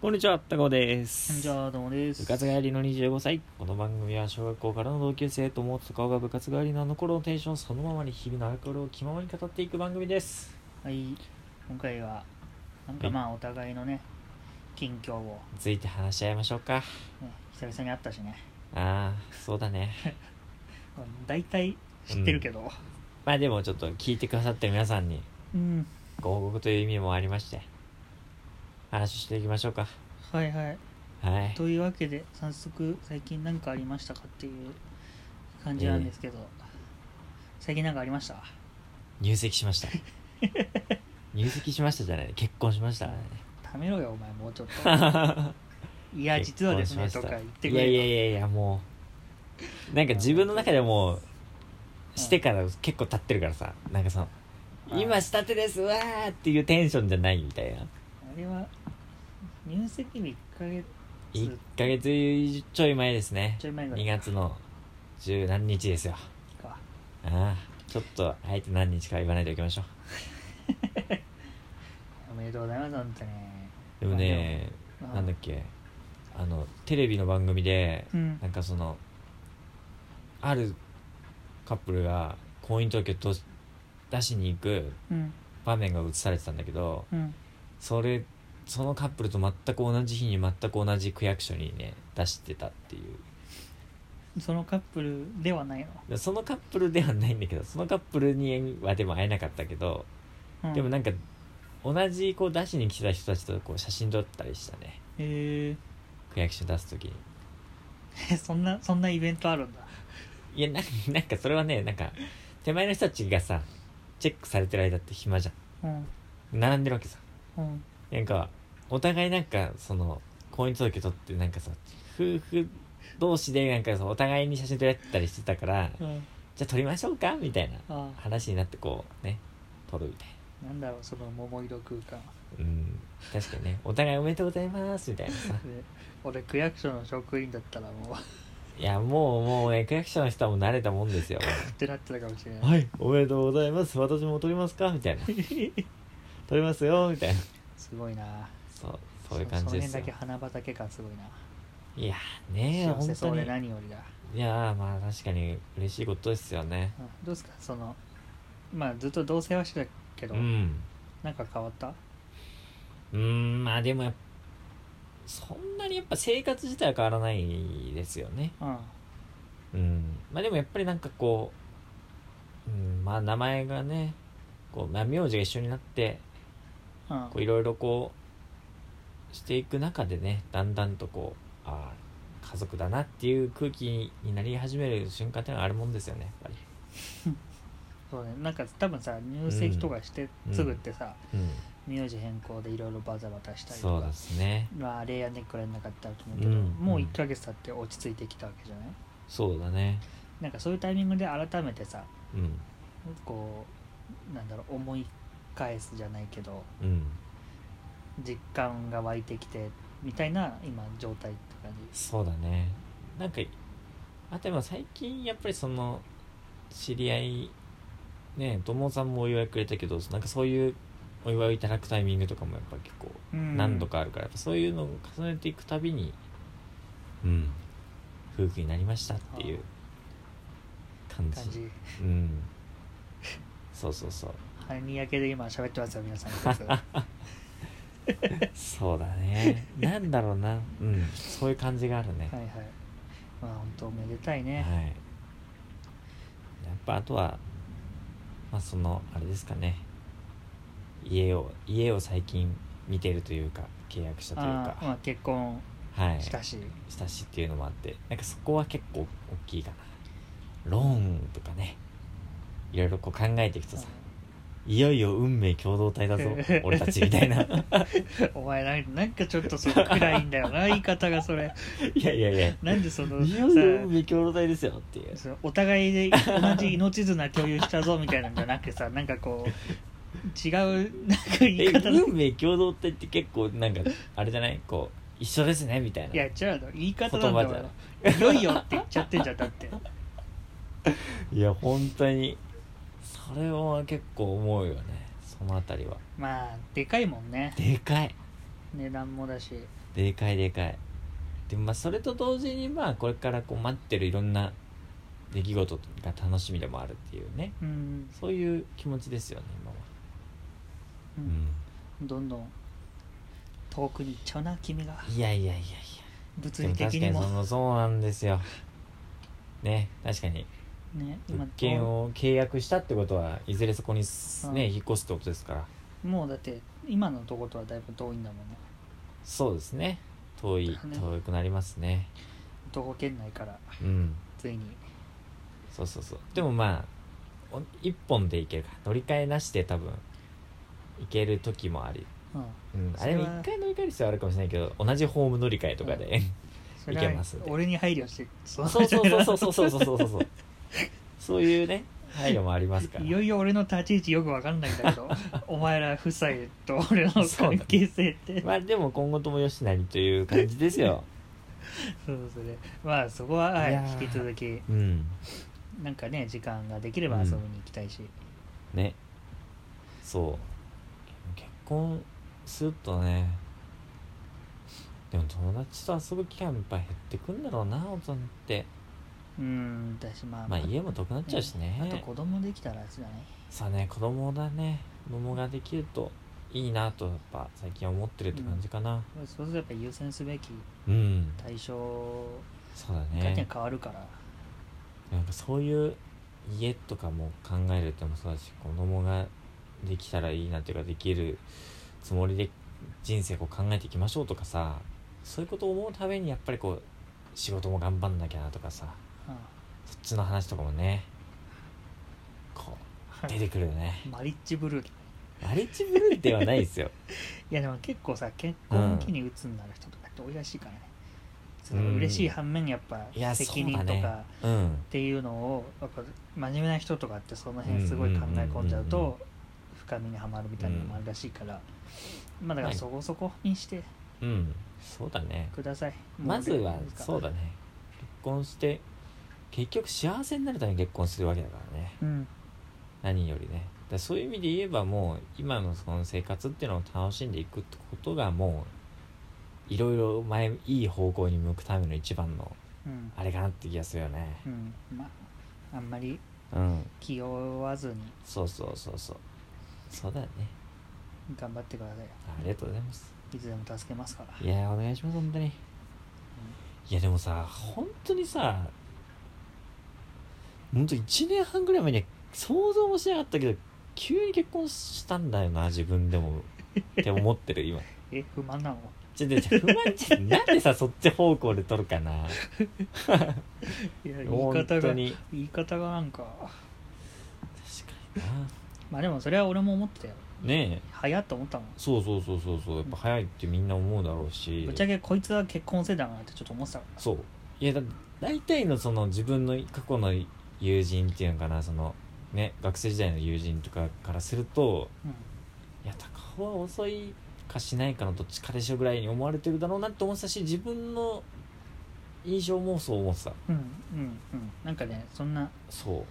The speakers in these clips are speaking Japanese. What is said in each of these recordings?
こんにちは、たこでこんにす。ちは、どうもです。部活帰りの25歳。この番組は小学校からの同級生と思った顔が部活帰りのあの頃のテンションそのままに日々のアルコールを気ままに語っていく番組です。はい、今回は、なんかまあ、お互いのね、近況を、ついて話し合いましょうか。ね、久々に会ったしね、ああ、そうだね。大体知ってるけど、まあでもちょっと聞いてくださってる皆さんにうん、ご報告という意味もありまして、話していきましょうか。はいはい。はい。というわけで、早速、最近何かありましたかっていう感じなんですけど、最近何かありました入籍しま した。入籍しましたじゃない、結婚しましたからね。ためろよ、お前、もうちょっ と。いや、実はですね、結と婚かしま言しったてくればいやいやいやいやもうなんか自分の中でもうしてから結構経ってるからさなんかそのうん今したてですわーっていうテンションじゃないみたいなあれは、入籍日1ヶ月1ヶ月ちょい前ですねちょい前ぐ2らい月の十何日ですよか。ああちょっとあえて何日か言わないといけましょおめでとうございます、本当に。うでもねまあなんだっけあのテレビの番組でうんなんかそのあるカップルが婚姻届を出しに行くうん場面が映されてたんだけどうんそれそのカップルと全く同じ日に全く同じ区役所にね出してたっていうそのカップルではないの、でそのカップルではないんだけどそのカップルにはでも会えなかったけど、うん、でもなんか同じこう出しに来てた人たちとこう写真撮ったりしたねえ区役所出す時にー、 そんなそんなイベントあるんだいやな なんかそれはねなんか手前の人たちがさチェックされてる間って暇じゃうんん並んでるわけさうんなんかお互いなんかその婚姻届取ってなんかさ夫婦同士でなんかさお互いに写真撮り合ったりしてたからうんじゃあ撮りましょうかみたいなあ話になってこうね撮るみたいあなんだろうその桃色空間なうん確かにねお互いおめでとうございますみたいなさで俺区役所の職員だったらもう っいやもうもうね区役所の人はもう慣れたもんですよてなってたかもしれないはいおめでとうございます私も撮りますかみたいな撮りますよみたいな すごいなそうそういう感じですそよの辺だけ花畑感すごいないやね幸本せ当そにれ何よりだ、いやーまあ確かに嬉しいことですよねうん、どうですかそのまあずっと同棲はしてたけど、うんなんか変わったうーんまあでもやっそんなにやっぱ生活自体は変わらないですよねうんうんまあでもやっぱりなんかこう、うん、まあ名前がねこう、まあ、名字が一緒になってうんこういろいろこうしていく中でねだんだんとこうああ家族だなっていう空気になり始める瞬間ってのはあるもんですよねやっぱりそうねなんか多分さ入籍とかしてすぐってさ、うん名字変更でいろいろバザバタしたりそとうかですねまあ、あれやねこれなかったと思うけど、うんもううん1ヶ月経って落ち着いてきたわけじゃないそうだねなんかそういうタイミングで改めてさうんこうなんだろう思い返すじゃないけどうん実感が湧いてきてみたいな今状態って感 じそうだねなんかあとでも最近やっぱりその知り合いね友さんもお祝いくれたけどなんかそういうお祝いをいただくタイミングとかもやっぱ結構うん何度かあるから、やっぱそういうのを重ねていくたびにうん夫婦になりましたっていう感じ感じうんそうそうそう半やけで今喋ってます よ皆さんこいつそうだねなんだろうなうんそういう感じがあるね、はいはいまあ本当おめでたいはいね、やっぱあとはまあそのあれですかね家を家を最近見てるというか契約したというあかあまあ結婚はいしたし、したしっていうのもあってなんかそこは結構大きいかなローンとかねいろいろこう考えていくとさ、いよいよ運命共同体だぞ 俺たちみたいなお前なんなんかちょっとその暗いんだよな言い方がそれいやいやいやなんでそのいよいよ運命共同体ですよっていうさそのお互いで同じ命綱共有したぞみたいなんじゃなくてさなんかこう違うなんか言えい方の運命共同体って結構なんかあれじゃないこう一緒ですねみたいないや違うの言い方なんだ言葉よいよいよって言っちゃってんじゃんだっていや本当にそれは結構思うよねそのあたりはまあでかいもんねでかい値段もだしでかいでかいでもまあそれと同時にまあこれからこう待ってるいろんな出来事が楽しみでもあるっていうねうん、そういう気持ちですよね今は、ううんどんどん遠くに行っちゃうな君がん、いやいやいやいや物で理も確的かににもそのそうなんですよね確かにね物件を契約したってことはいずれそこにすね、うん引っ越すってことですからもうだって今のとことはだいぶ遠いんだもんねそうですね遠いだね遠くなりますね徒歩圏内からうんついにそうそうそうでもまあお一本で行けるから乗り換えなしで多分行ける時もあり、うんうん、あそれれもは一回乗り換える必要あるかもしれないけど同じホーム乗り換えとかで、それはいけますんで俺に配慮して そそうそうそうそうそうそうそうそうそうそういうね配慮もありますからいよいよ俺の立ち位置よくわかんないんだ けどお前ら夫妻と俺の関係性ってまあでも今後ともよしなにという感じですよそうですねまあそこは、はいいやー、引き続きうんなんかね時間ができれば遊びに行きたいし、ねそう結婚するとねでも友達と遊ぶ機会もやっぱ減ってくんだろうな大人ってうーん私まあ、まあ家も遠くなっちゃうしねあと子供できたらそうだねさあね子供だね子供ができるといいなとやっぱ最近は思ってるって感じかなそうするとやっぱ優先すべきうん、対象そうだがねね変わるから、なんかそういう家とかも考えるってのもそうだし子供ができたらいいなっていうかできるつもりで人生こう考えていきましょうとかさそういうことを思うためにやっぱりこう仕事も頑張んなきゃなとかさうんそっちの話とかもねこう出てくるよねマリッジブルーマリッジブルーではないですよいやでも結構さ結婚を機に鬱になる人とかって多いらしいからね、その嬉しい反面やっぱいや 責任とそうだかねうんっていうのをやっぱ真面目な人とかってその辺すごい考え込んじゃううんうんうんと深みにはまるみたいなのもあるらしいから、まあだからはいそこそこにしてうんそうだねください、もうまずはですからそうだね結婚して結局幸せになるために結婚するわけだからねうん何よりねだからそういう意味で言えばもう今のその生活っていうのを楽しんでいくってことがもういろいろ前いい方向に向くための一番のうんあれかなって気がするよねうんまああんまりうん気負わずにそうそうそうそうそうだよね頑張ってくださいよありがとうございますいつでも助けますからいやーお願いします本当にいやでもさ本当にさ本当1年半ぐらい前には想像もしなかったけど急に結婚したんだよな自分でもって思ってる今え不満なのちょっとちょ不満 ちゃなんでさそっち方向で取るかないや言い本方当がに言い方がなんか確かまあでもそれは俺も思ってたよになねえ早っと思ったもんそうそうそうそうそうやっぱ早いってみんな思うだろうしぶっちゃけこいつは結婚せだなってちょっと思ってたかそういやだ大体のその自分の過去の友人っていうのかなそのね学生時代の友人とかからするとら、いや高尾は遅いかしないかのどっちかでしょぐらいに思われてるだろうなって思ってたし自分の印象もそう思ってたうん、うんうんうんなんかねそんなそ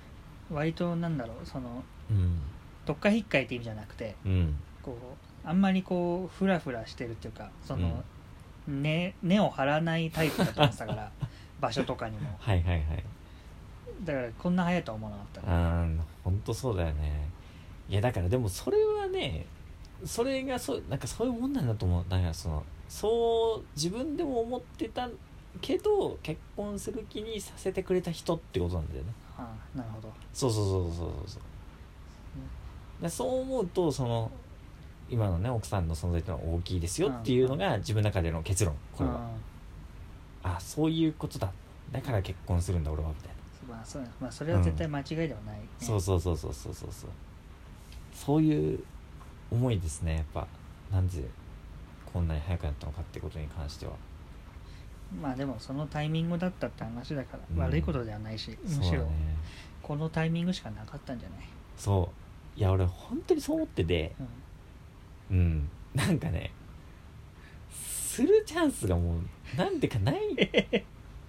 割となんだろうそのううんどっかひっかいって意味じゃなくてうんこうあんまりこうフラフラしてるっていうかその、根根を張らないタイプだと思ってたから 場所とかにもはいはいはいだからこんな早いとは思わなかったうん本当そうだよねいやだからでもそれはねそれがそうなんかそういうもんなんだと思うだからそのそう自分でも思ってたけど結婚する気にさせてくれた人ってことなんだよねああなるほどそうそうそうそうそうそうでそう思うとその今のね奥さんの存在っていうのは大きいですよっていうのが自分の中での結論これはあそういうことだだから結婚するんだ俺はみたいなうんまあそうまあ、それは絶対間違いではないね、そうそうそうそうそうそうそうそういう思いですねやっぱなんでこんなに早くなったのかってことに関してはまあでもそのタイミングだったって話だから、うん悪いことではないしむそしうだろねこのタイミングしかなかったんじゃない、そういや俺本当にそう思っててうんうんなんかねするチャンスがもうなんでかない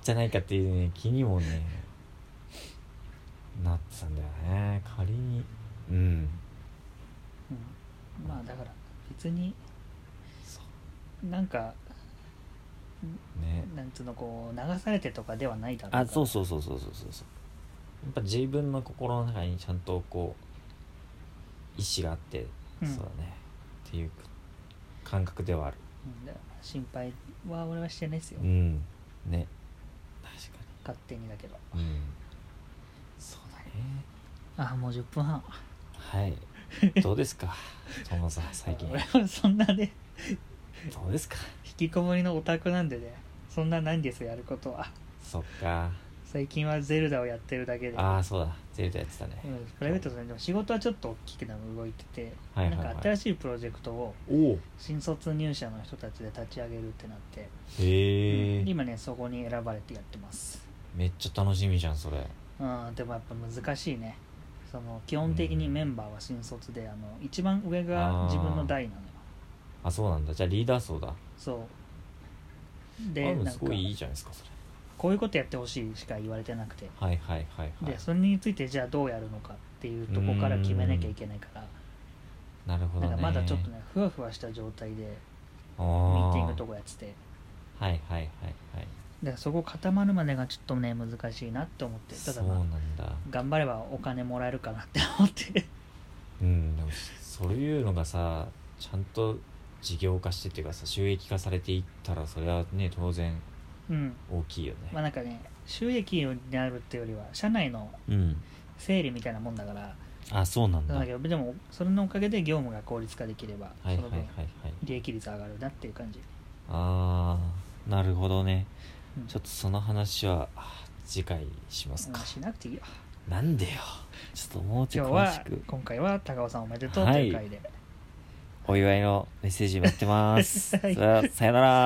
じゃないかっていうね気にもねなってたんだよね仮にうんうんまあだから別にそうなんかねなんつうのこう流されてとかではないだろうからあそうそうそうそうそうそうそうやっぱ自分の心の中にちゃんとこう意志があって、うんそうだねっていう感覚ではあるうんだから心配は俺はしてないですよ、うんね確か勝手にだけどにうんそうだねあもう10分半 はいどうですか友さん最近俺はそんなねどうですか引きこもりのオタクなんでねそんなないんですよやることはそっか最近はゼルダをやってるだけでああそうだゼルダやってたねうんプライベートででも仕事はちょっと大きくな動いてて、はいはいはいなんか新しいプロジェクトをおお新卒入社の人たちで立ち上げるってなって、へえ今ねそこに選ばれてやってますめっちゃ楽しみじゃんそれうんでもやっぱ難しいねその基本的にメンバーは新卒で、あの一番上が自分の代なのよあそうなんだじゃあリーダー層だそうあでもなんすかごいいいじゃないですかそれこういうことやってほしいしか言われてなくてはいはいはいはでいそれについてじゃあどうやるのかっていうとこから決めなきゃいけないからなるほどなんねかまだちょっとねふわふわした状態でミミーティングとかやっててはいはいはいはいでそこ固まるまでがちょっとね難しいなって思ってたそだうまなあんだ頑張ればお金もらえるかなって思ってうんでもそういうのがさちゃんと事業化してっていうかさ収益化されていったらそれはね当然うん大きいよね、まあなんかね収益になるっていうよりは社内のうん整理みたいなもんだからあそうなんだなんはだいけどでもそれのおかげで業務が効率化できればそはいはのいは分い利益率上がるなっていう感じ、ああなるほどねうん、ちょっとその話は次回しますかうん、しなくていいよなんでよちょっともうち今ょっと日詳しはく今回は高尾さんおめでとうという回で、お祝いのメッセージ待ってます はいそれではさよなら